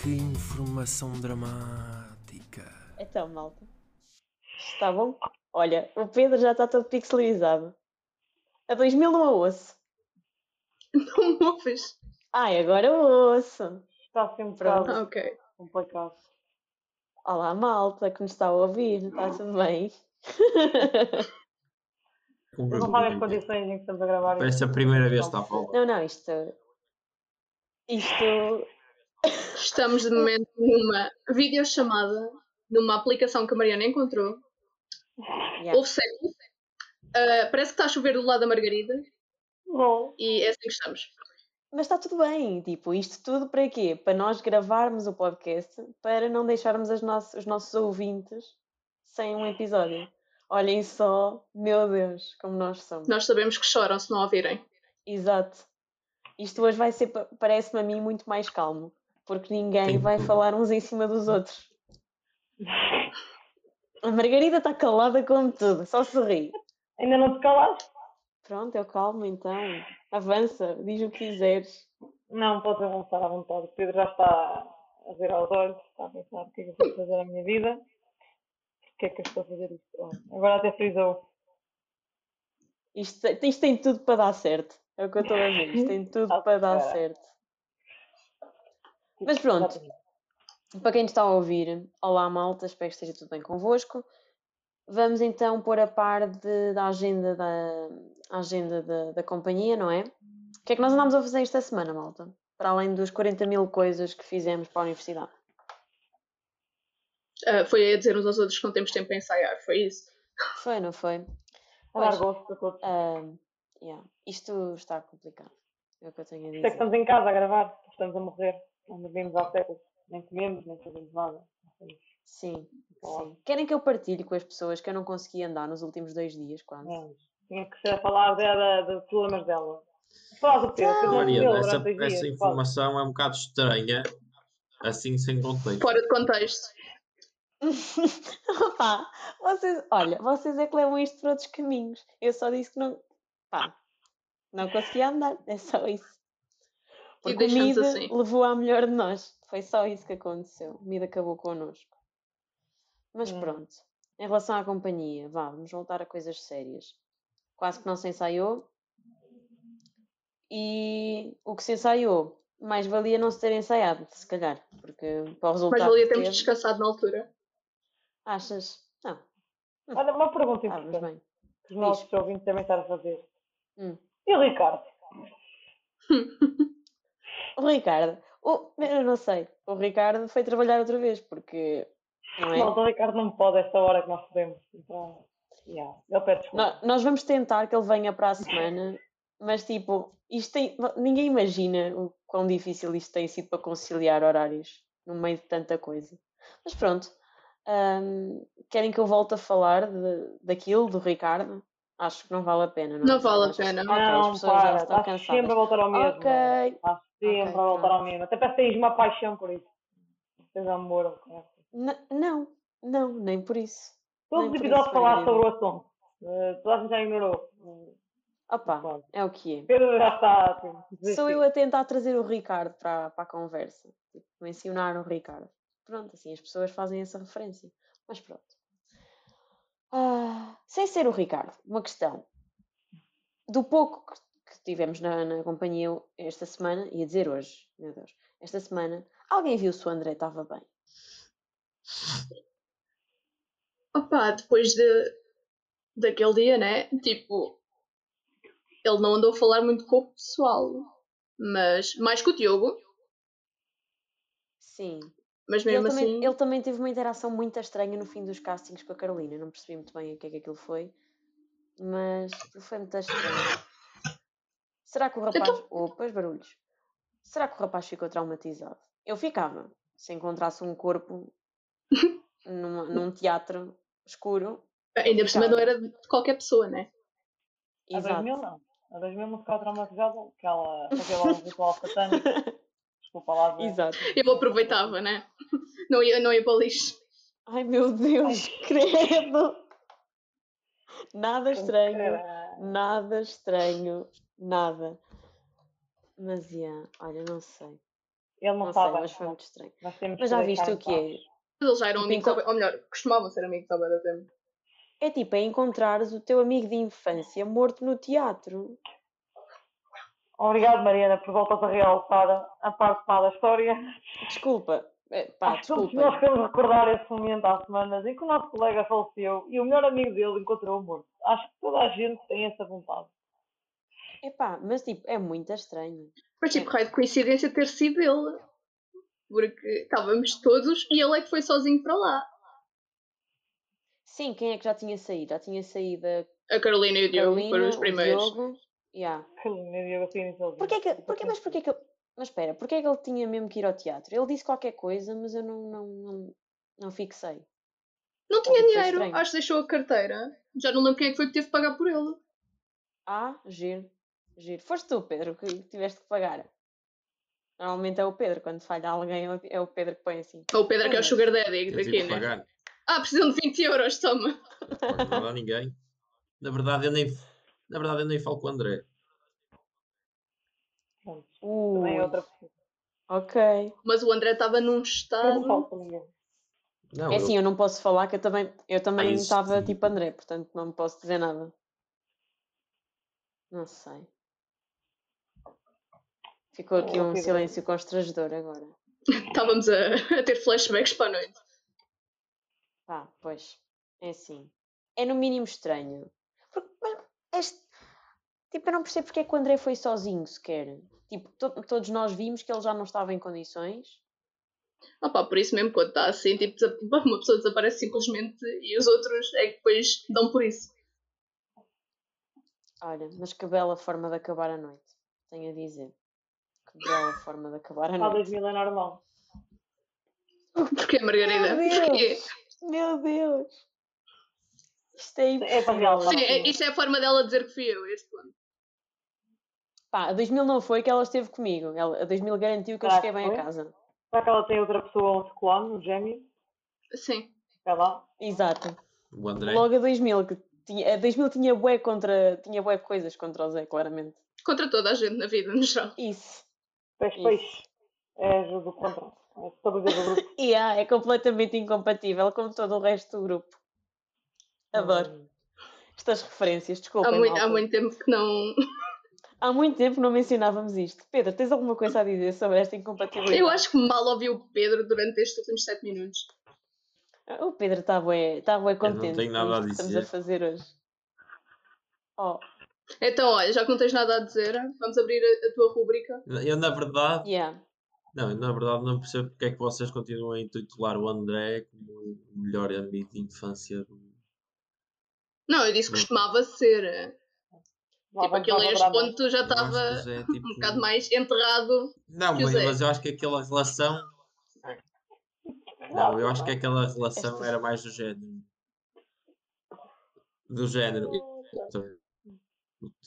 Que informação dramática. Então, malta. Está bom? Olha, o Pedro já está todo pixelizado. A 2000 não a ouço. Não me ouves? Ai, agora é ouço. Está sempre Pronto. Ah, ok. complicado. Olá, malta que nos está a ouvir. Está tudo bem? Vocês não sabem as condições em que estamos a gravar. isto. Parece a primeira vez tá? que está a falar. Não, não, isto. Isto. Estamos de momento numa videochamada, numa aplicação que a Mariana encontrou. yeah. Houve seco. Ah, parece que está a chover do lado da Margarida Bom, e é assim que estamos. Mas está tudo bem, tipo, isto tudo para quê? Para nós gravarmos o podcast, para não deixarmos as nossas- os nossos ouvintes sem um episódio. Olhem só, meu Deus, como nós somos. Nós sabemos que choram se não ouvirem. Exato. Isto hoje vai ser, pa- parece-me a mim, muito mais calmo, porque ninguém Tem vai tudo. falar uns em cima dos outros. A Margarida está calada como tudo, só sorri. ainda não te calaste? Pronto, eu calmo então. Avança, diz o que quiseres. Não, podes avançar à vontade. O Pedro já está a ver aos olhos, está a pensar o que é que eu estou a fazer à minha vida. Por que é que eu estou a fazer isto? Olha, Agora até frisou. Isto, isto tem tudo para dar certo. É o que eu estou a ver. Isto tem tudo para dar certo. Mas pronto, para quem está a ouvir, olá malta, espero que esteja tudo bem convosco. Vamos então pôr a par de- da agenda, da, a agenda da, da companhia, não é? O que é que nós andámos a fazer esta semana, malta? Para além dos 40 mil coisas que fizemos para a universidade. Ah, foi a dizer uns aos outros que não temos tempo a ensaiar, foi isso. Foi, não foi? A dar gosto a todos. Ah, yeah. Isto está complicado. É o que eu tenho a Isto é que dizer. estamos em casa a gravar, estamos a morrer. Não bebemos há séculos, nem comemos, nem fazemos nada. Então, Sim, Olá. sim. Querem que eu partilhe com as pessoas que eu não consegui andar nos últimos dois dias, quase? Não, Tinha que ser a falar dela, dos problemas dela. Fala do Pedro, que não comeu Mariana, essa, durante dois essa dias. Fala. informação é um bocado estranha, assim sem contexto. Fora de contexto. Opa, vocês, olha, vocês é que levam isto por outros caminhos. Eu só disse que não. Pá, não conseguia andar, é só isso. E Porque a deixamos comida assim. levou à melhor de nós. Foi só isso que aconteceu. A comida acabou connosco. Mas Hum. pronto, em relação à companhia, vá, vamos voltar a coisas sérias. Quase que não se ensaiou. E o que se ensaiou, mais valia não se ter ensaiado, se calhar, porque para o resultado. Mas valia que termos teve, descansado na altura. Achas? Não, Olha, uma pergunta estávamos importante bem. que os nossos ouvintes também estão a fazer. Hum. E o Ricardo? O Ricardo, o, eu não sei, o Ricardo foi trabalhar outra vez, porque não é? Malta, o Ricardo não pode esta hora que nós podemos. Então, yeah, eu peço desculpa. No- nós vamos tentar que ele venha para a semana, mas tipo, isto tem, ninguém imagina o quão difícil isto tem sido para conciliar horários no meio de tanta coisa. Mas pronto, hum, querem que eu volte a falar de, daquilo, do Ricardo? Acho que não vale a pena, não é? Não vale a Acho que- pena. ok, as não, pessoas já para, estão estás cansadas. sempre a voltar ao mesmo. Ok. Estás sempre Ok, a voltar pronto. ao mesmo. Até parece que tens uma paixão por isso. Tens amor ao cara. N- Não, não, nem por isso. é? Todos Nem os por episódios isso, falaram Margarida. sobre o assunto. Eh, toda a gente já ignorou. Eh, Opa, pronto. é o que é. Pedro já está. tipo, Sou desistido. eu a tentar trazer o Ricardo para, para a conversa. Tipo, mencionar o Ricardo. Pronto, assim as pessoas fazem essa referência. Mas pronto. Ah, sem ser o Ricardo, uma questão. Do pouco que, que tivemos na, na companhia esta semana, ia dizer hoje, meu Deus, esta semana, alguém viu se o André estava bem? Opa, depois de, daquele dia, né? Tipo, ele não andou a falar muito com o pessoal, mas mais com o Diogo, Sim. mas E Ele mesmo também, assim. ele também teve uma interação muito estranha no fim dos castings com a Carolina. Não percebi muito bem o que é que aquilo foi, mas foi muito estranho. Será que o rapaz. Então- Opa, os barulhos. Será que o rapaz ficou traumatizado? Eu ficava. Se encontrasse um corpo numa- num teatro escuro. Ainda por cima não era de qualquer pessoa, né? Ah, A Exato. 2000 não. A 2000 não ficava traumatizada. Aquela, aquela ritual satânico. Desculpa lá. Zé. Exato. Eu aproveitava, né? Não ia, não ia para o lixo. Ai meu Deus, credo! Nada estranho. Era- Nada estranho, nada. Mas, yeah, olha, não sei. Ele não, Não tá sei, sabe. mas foi muito estranho. Nós temos Mas que já deixar viste o em que paz. é? Mas eles já eram amigos, Então- há bué- ou melhor, costumavam ser amigos há bué da tempo. É tipo, é encontrares o teu amigo de infância morto no teatro. Obrigado, Mariana, por voltas a realçar a parte má da história. Desculpa. Eh, Pá, Acho que todos desculpa. nós queremos recordar esse momento há semanas em que o nosso colega faleceu e o melhor amigo dele encontrou-o morto. Acho que toda a gente tem essa vontade. Epá, mas tipo, é muito estranho. Mas É. tipo, raio de coincidência ter sido ele. Porque estávamos todos e ele é que foi sozinho para lá. Sim, quem é que já tinha saído? Já tinha saído a A Carolina e o Diogo Carolina, foram os o primeiros. Diogo. Yeah. Que meu Deus, assim, infelizmente. Porquê é que, porquê, mas porquê que ele... Mas espera, porquê é que ele tinha mesmo que ir ao teatro? Ele disse qualquer coisa, mas eu não, não, não, não fixei. Não tinha Foi dinheiro, Ah, é estranho. acho que deixou a carteira. Já não lembro quem é que foi que teve que pagar por ele. Ah, giro, giro. Foste tu, Pedro, que tiveste que pagar. Normalmente é o Pedro, quando falha alguém é o- é o Pedro que põe assim. Ou o Pedro que é o Olha. Sugar Daddy Eu daqui, tive que né? pagar. Ah, precisam de 20 euros, toma. Não pago nada a ninguém. Na verdade, eu nem, na verdade, eu nem falo com o André. Pronto, também Ui, é outra pessoa. ok. Mas o André estava um num Eu não falo estado. com ninguém. Não, É eu- Ah, assim, eu não posso falar que eu também eu também isso estava sim. tipo André, portanto não me posso dizer nada. Não sei. Ficou aqui Oh, um Pedro. silêncio constrangedor agora. Estávamos a, a ter flashbacks para a noite. Pá, pois, é assim. É no mínimo estranho. Porque, mas, é est- Tipo, eu não percebo porque é que o André foi sozinho sequer. Tipo, to- todos nós vimos que ele já não estava em condições. Ah pá, por isso mesmo, quando está assim, tipo, desa- uma pessoa desaparece simplesmente e os outros é que depois dão por isso. Olha, mas que bela forma de acabar a noite, tenho a dizer. Que bela forma de acabar a Há noite. 2000 é normal. Porquê, é Margarida? Ah, é- Meu Porquê? Meu Deus! Isto é É para realçar. Sim, é, isto é a forma dela dizer que fui eu, é este plano. Pá, a 2000 não foi que ela esteve comigo. Ela, a 2000 garantiu que eu Será cheguei que bem a foi? casa. Será que ela tem outra pessoa, um clone, um gêmeo? Sim. Sei lá. Exato. O André. Logo a 2000, que tinha, a 2000 tinha bué contra, tinha bué coisas contra o Zé, claramente. Contra toda a gente na vida, no geral. Isso. Peixe, Isso. peixe. É a ajuda do contrato. É todo o dedo do grupo. E ah, é completamente incompatível com todo o resto do grupo. Adoro Hum. estas referências, desculpa. Há muito, há muito tempo que não. há muito tempo não mencionávamos isto. Pedro, tens alguma coisa a dizer sobre esta incompatibilidade? Eu acho que mal ouvi o Pedro durante estes últimos 7 minutos. O Pedro está bué, tá bué contente. tenho com nada a isto que Estamos dizer. a fazer hoje. Oh, Então, olha, já que não tens nada a dizer, vamos abrir a, a tua rubrica. Eu, na verdade, yeah. não, eu, na verdade, não percebo porque é que vocês continuam a intitular o André como o melhor amigo de infância do. Não, eu disse que costumava ser. Ah, Lá Tipo, vamos aquele é lá este dobrar ponto já Eu acho que estava já é um tipo- bocado mais enterrado. Não, que o mas, Zé. mas eu acho que aquela relação. mais. Não, eu acho que é aquela relação Estas- era mais do género. Do género.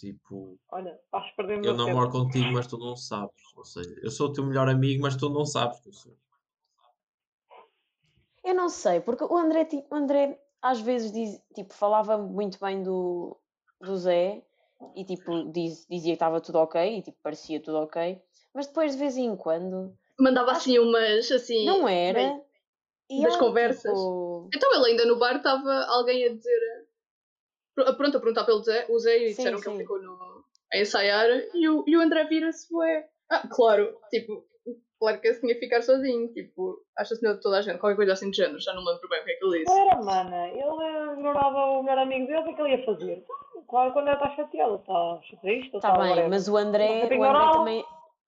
Tipo, Olha, acho que perdemos eu o não tempo. moro contigo, mas tu não sabes. Ou seja, eu sou o teu melhor amigo, mas tu não sabes que eu sou. Eu não sei, porque o André, ti- o André às vezes diz, tipo, falava muito bem do, do Zé e tipo, diz- dizia que estava tudo ok e tipo, parecia tudo ok, mas depois de vez em quando Mandava assim umas assim. não era. E das ele, conversas. tipo, Então ele ainda no bar estava alguém a dizer. pr- Pronto, a perguntar pelo Zé, o Zé e Sim, disseram que ele sim. ficou no, a ensaiar e o, e o André vira-se bué. Ah, claro, tipo, claro que esse tinha que ficar sozinho, tipo, acha se de toda a gente, qualquer coisa assim de género, já não me lembro bem o que é que ele disse. Era, mana, ele ignorava o melhor amigo dele, o que é que ele ia fazer? Então, Claro, quando ela está chateada, está chateada, Tá bem, mas o André, Você tem o André moral? também,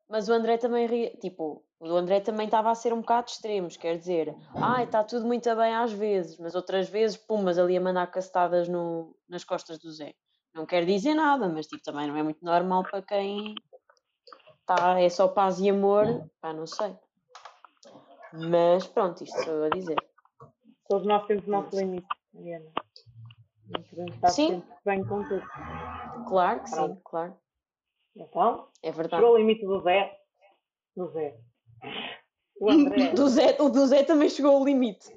mas o André também ri- tipo, o André também estava a ser um bocado extremos, quer dizer, ai, está tudo muito bem às vezes, mas outras vezes, pumas ali a mandar castadas no, nas costas do Zé. Não quer dizer nada, mas tipo, também não é muito normal para quem tá, é só paz e amor, pá, não sei. Mas pronto, isto sou eu a dizer. Todos nós temos o nosso limite, Mariana. Não podemos estar Sim. sempre bem com tudo. Claro que sim, claro. Então, É verdade. chegou o limite do Zé. Do Zé. O André. Do Zé, o do Zé também chegou ao limite.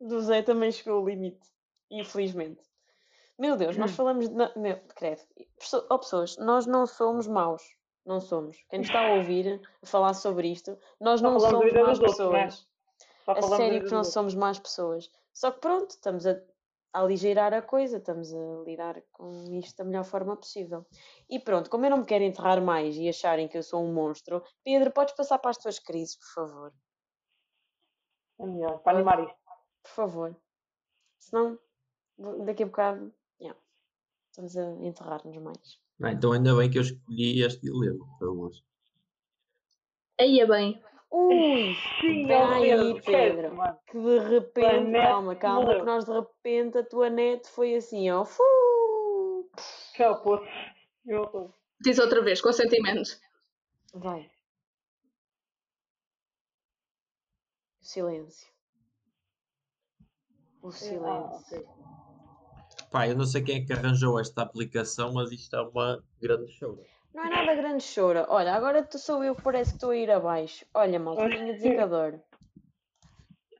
Do Zé também chegou ao limite. Infelizmente. Hum. Meu Deus, nós falamos de. na- Meu, credo. Pesso- ó pessoas, nós não somos maus. Não somos. Quem nos está a ouvir a falar sobre isto, nós Só não falamos da somos vida más dos outros, pessoas. não é? Só A falamos sério dos que não outros. somos más pessoas. Só que pronto, estamos a, a aligeirar a coisa, estamos a lidar com isto da melhor forma possível. E pronto, como eu não me quero enterrar mais e acharem que eu sou um monstro, Pedro, podes passar para as tuas crises, por favor. É melhor, para animar isto. Por favor. Senão, vou- daqui a bocado, yeah, estamos a enterrar-nos mais. Ah, então ainda bem que eu escolhi este dilema para hoje. Aí é bem. Ui! Sim, Espera ó, aí, esquece, Pedro. mano. que é de repente, Planeta calma, calma, morreu. que nós de repente a tua net foi assim, ó, fu! Tchau, pô. Eu tô. Diz outra vez, com sentimento. Vai. O silêncio. O Ah, silêncio. ok. Pá, eu não sei quem é que arranjou esta aplicação, mas isto é uma grande show. Não é nada grande chora. Olha, agora tu sou eu que parece que estou a ir abaixo. Olha, malta, tenho desicador.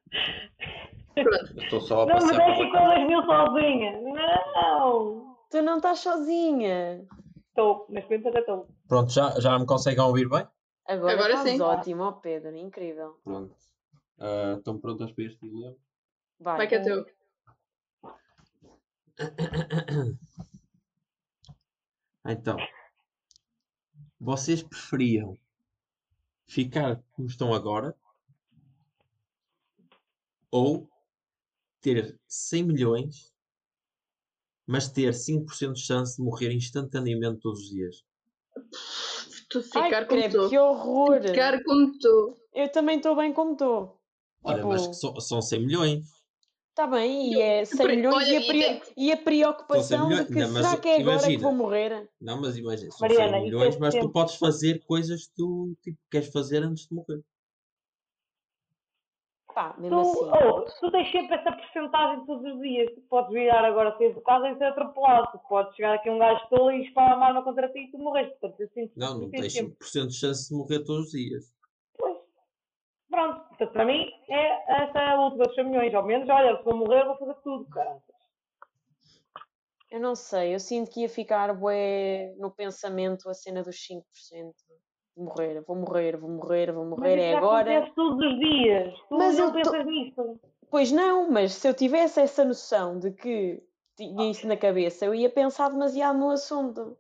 Eu estou só a Não me passar deixe pela com 2 mil sozinha. Não! Tu não estás sozinha. Estou, neste momento até estou. Pronto, já, já me conseguem ouvir bem? Agora, Agora estás sim. ótimo, ó Pedro, incrível. Pronto. Ah, estão prontas para este dilema? Vai. Vai que é teu. Então, vocês preferiam ficar como estão agora ou ter 100 milhões, mas ter 5% de chance de morrer instantaneamente todos os dias? Tipo Tu Ai, ficar como credo, estou. que horror. Ficar como estou. Eu também estou bem como estou. Olha, mas que Tipo- so- são 100 milhões. Está bem, e é 100 pre- milhões e, olha, a e pre- tem e a preocupação milhões- de que Então, não, mas será que é agora que imagina. vou morrer? Não, mas imagina, são Mariana, 100 e milhões, tens mas tu tempo? podes fazer coisas que tu tipo, queres fazer antes de morrer. Pá, Tu, mesmo assim. oh, tu tens sempre essa porcentagem todos os dias. Tu podes virar agora a sair do carro e ser atropelado. Tu podes chegar aqui um gajo tolo e disparar uma arma contra ti e tu morres. Portanto, eu sinto Não, não tu tens tens sempre. 5% de chance de morrer todos os dias. Pois. Pronto, portanto, para mim é essa a última dos 100 milhões. Ao menos, olha, se vou morrer, vou fazer tudo, cara. Eu não sei, eu sinto que ia ficar bué no pensamento a cena dos 5%. Vou morrer, vou morrer, vou morrer, vou morrer, isso é já agora. acontece todos os dias. Tu Mas não eu tô- pensas nisso. Pois não, mas se eu tivesse essa noção de que tinha isso na cabeça, eu ia pensar demasiado no assunto.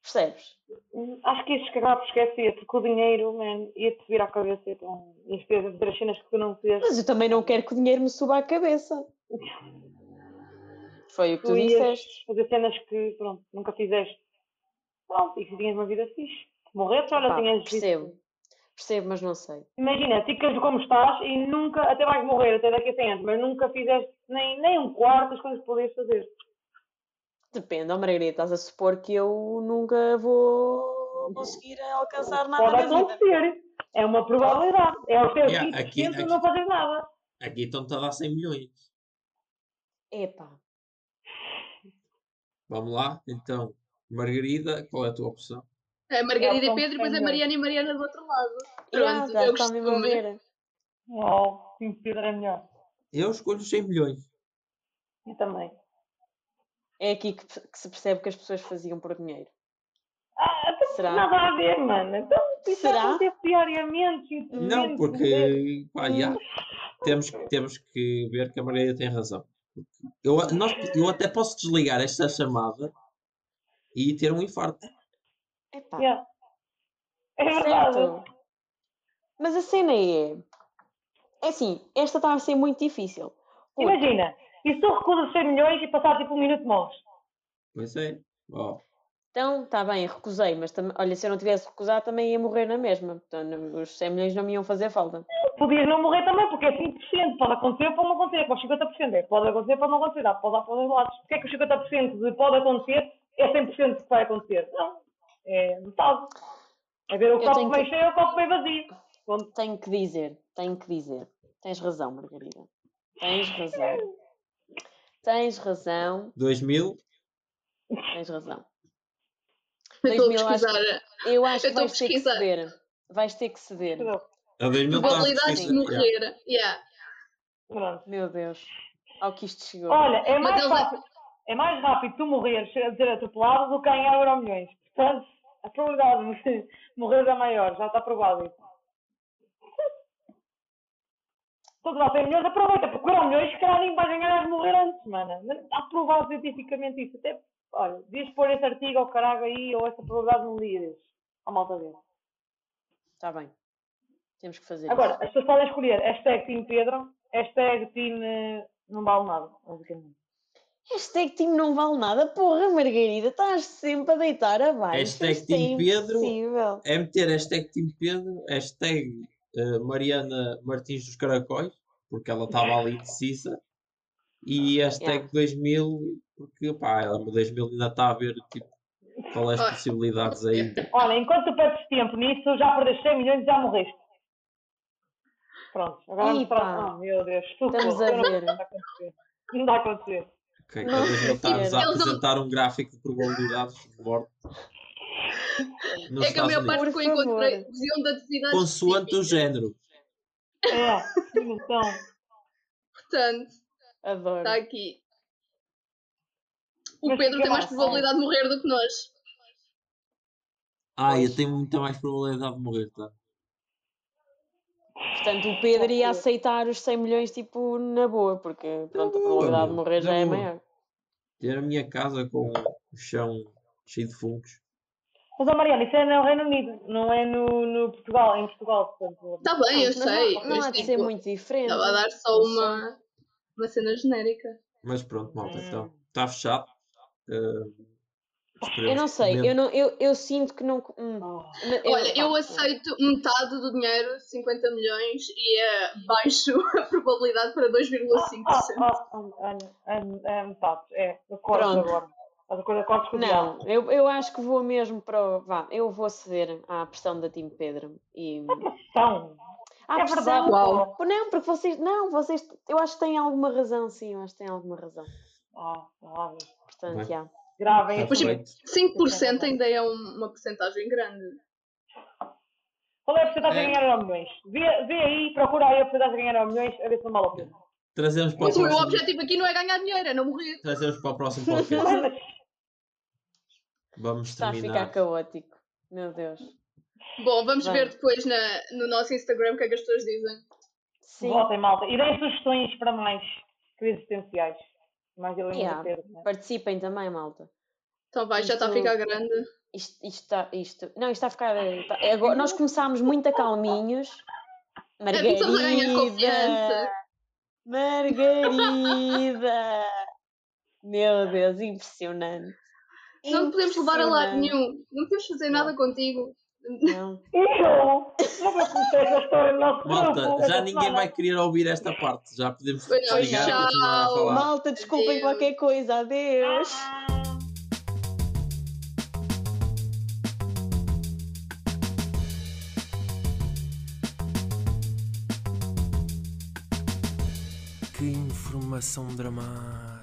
Percebes? Hum, Acho que ias cagar por esquecer, é porque o dinheiro, man, ia-te vir à cabeça. Então, ias ter de as cenas que tu não fez. Mas eu também não quero que o dinheiro me suba à cabeça. Foi o que tu ias disseste. fazer cenas que, pronto, nunca fizeste. Pronto, e que tinhas uma vida fixe. Se morresse, olha, Pá, tinhas visto. percebo, percebo, mas não sei. Imagina, ficas como estás e nunca, até vais morrer, até daqui a 100 anos, mas nunca fizeste nem, nem um quarto das coisas que podias fazer. Depende, ó Margarida, estás a supor que eu nunca vou conseguir alcançar nada Pode na vida. acontecer. É uma probabilidade. É o teu Yeah, 5% aqui- de não aqui- fazer nada. Aqui estão-te a dar 100 milhões. Epá, Vamos lá, então. Margarida, qual é a tua opção? É Margarida É o e Pedro, mas é complemento. Mariana e Mariana do outro lado. Pronto, nada, eu está mesmo a costumo. ver. Oh, 5 Pedro é melhor. Eu escolho os 100 milhões. Eu também. É aqui que, pe- que se percebe que as pessoas faziam por dinheiro. Ah, então Será? nada a ver, mano. Então, isso Será? Será? ter diariamente. e Não, documentos, porque pá, já, temos, que- temos que ver que a Margarida tem razão. Eu, a- nós- eu até posso desligar esta chamada e ter um infarto. Epá, Yeah. É Tá. verdade. certo. Mas a cena é... É assim, esta está a ser muito difícil. Porque- Imagina, e se tu recusas 100 milhões e passar tipo um minuto morres? Pois é. Ó, Então, está bem, recusei, mas tam- olha, se eu não tivesse recusado também ia morrer na mesma. Portanto, não- os 100 milhões não me iam fazer falta. Podias não morrer também, porque é 5%. Pode acontecer, pode não acontecer. Como os 50% é, pode acontecer, pode não acontecer. Dá, pode dar para os dois lados. Porque é que os 50% de pode acontecer é 100% que vai acontecer? Não. É metade. É ver Eu o copo tenho meio que- cheio ou o copo meio vazio. Pronto. Tenho que dizer, tenho que dizer. Tens razão, Margarida. Tens razão. Tens razão, 2000, tens razão. Eu estou a 2000 acho que- pesquisar. Eu acho que Eu estou a vais ter que pesquisar. ceder. Vais ter que ceder. a 2000 estava a Probabilidades de pesquisar, já. morrer. Yeah. Pronto. Meu Deus. Ao que isto chegou. Olha, é mais ele- rápido. É mais rápido tu morreres a ser atropelado do que ganhar euro milhões. Portanto, A probabilidade de morrer é maior, já está provado isso. Todos lá têm milhões, aproveita, procura milhões, se calhar nem vais ganhar a morrer antes, mana. Mas Está provado cientificamente isso. Até, olha, devias pôr esse artigo ao caralho aí, ou essa probabilidade não lias. Ó malta dele. Está Tá bem. Temos que fazer Agora, isso. as pessoas podem escolher hashtag Team Pedro, hashtag Team eh, não vale nada, basicamente. Hashtag time não vale nada. Porra, Margarida, estás sempre a deitar abaixo. Hashtag Isto é time Pedro. impossível. É meter hashtag Tim Pedro, hashtag eh, Mariana Martins dos Caracóis, porque ela estava ali indecisa, e hashtag 2000, porque pá, ela no 2000 ainda está a ver tipo, qual é as Olha, possibilidades aí. Olha, enquanto tu perdes tempo nisso, já perdeste 100 milhões e já morreste. Pronto, agora Ih, vamos para pá. Ah, meu Deus, tu Estamos a ver. Não dá a acontecer. Não dá a acontecer. Ok, Não, cada vez está-nos a eles não- apresentar um gráfico de probabilidades de morte. Nos é que a Estados maior Unidos. parte Por que eu encontrei favor. diziam da atividade Consoante o género. É, então, Portanto, Adoro. está aqui. O Mas Pedro que tem mais graça. probabilidade de morrer do que nós. Ah, eu tenho muita mais probabilidade de morrer, tá? Portanto, o Pedro ia aceitar os 100 milhões, tipo, na boa, porque pronto, a boa, probabilidade de meu, morrer na já é boa. maior. Ter a minha casa com o chão cheio de fungos. mas ó Mariana, isso é no Reino Unido, não é no, no Portugal, em Portugal, portanto. Está Tá bem, eu Mas não- sei. Não, mas há de tipo, ser muito diferente. Estava a dar só Não sei. uma, uma cena genérica. É Mas pronto, malta, então. Hum. Está fechado. Ah, Oh, Eu não esperemos que sei, mesmo- eu, não, eu, eu sinto que não. hum, Oh, mas Olha, eu pá, aceito metade do dinheiro, 50 milhões, e é baixo a probabilidade para 2,5%. oh, oh, oh, Ana, Ana, Ana, Tato, é, eu corto Pronto. agora. Faz a coisa, cortes com o diabo. Não, eu, eu acho que vou mesmo para. o- Vá, eu vou ceder à pressão da Tim Pedro. E, Então, à é pressão. verdade. Uau. Pô, Não, porque vocês. Não, vocês. Eu acho que têm alguma razão, sim, eu acho que têm alguma razão. Oh, oh, Portanto, Bem. já. gravem Está isso. Tá feito. tipo, 5% ainda é um- uma porcentagem grande. Qual é a porcentagem É. de ganhar ao milhões? Vê, vê aí, procura aí a porcentagem de ganhar ao milhões, a ver se não vale a pena. Trazemos para o Mas o meu Tá próximo. objetivo aqui não é ganhar dinheiro, é não morrer. Trazemos para o próximo podcast. Mas, Vamos Está Tá a ficar terminar. caótico. Meu Deus. Bom, vamos Bem. ver depois na- no nosso Instagram o que é que as pessoas dizem. Sim. Votem, malta. E deem sugestões para mais crises existenciais. Mais dilemas Yeah. de Pedro, né? Participem também, malta. Então vai, já está a ficar grande. Isto, isto está. Isto, não, isto está a ficar. está- é agora- nós começámos muito a calminhos. É, Margarida! Começamos a ganhar confiança. Margarida! Meu Deus, impressionante. Não te podemos levar a lado Impressionante. nenhum. Não podemos fazer nada contigo. Não. E eu não vou começar essa história no nosso Tá grupo. Malta, já esta ninguém semana. vai querer ouvir esta parte. Já podemos Pois não, desligar e tchau. continuar a falar. Malta, desculpem Adeus. qualquer coisa. Adeus. Ah. Que informação dramática.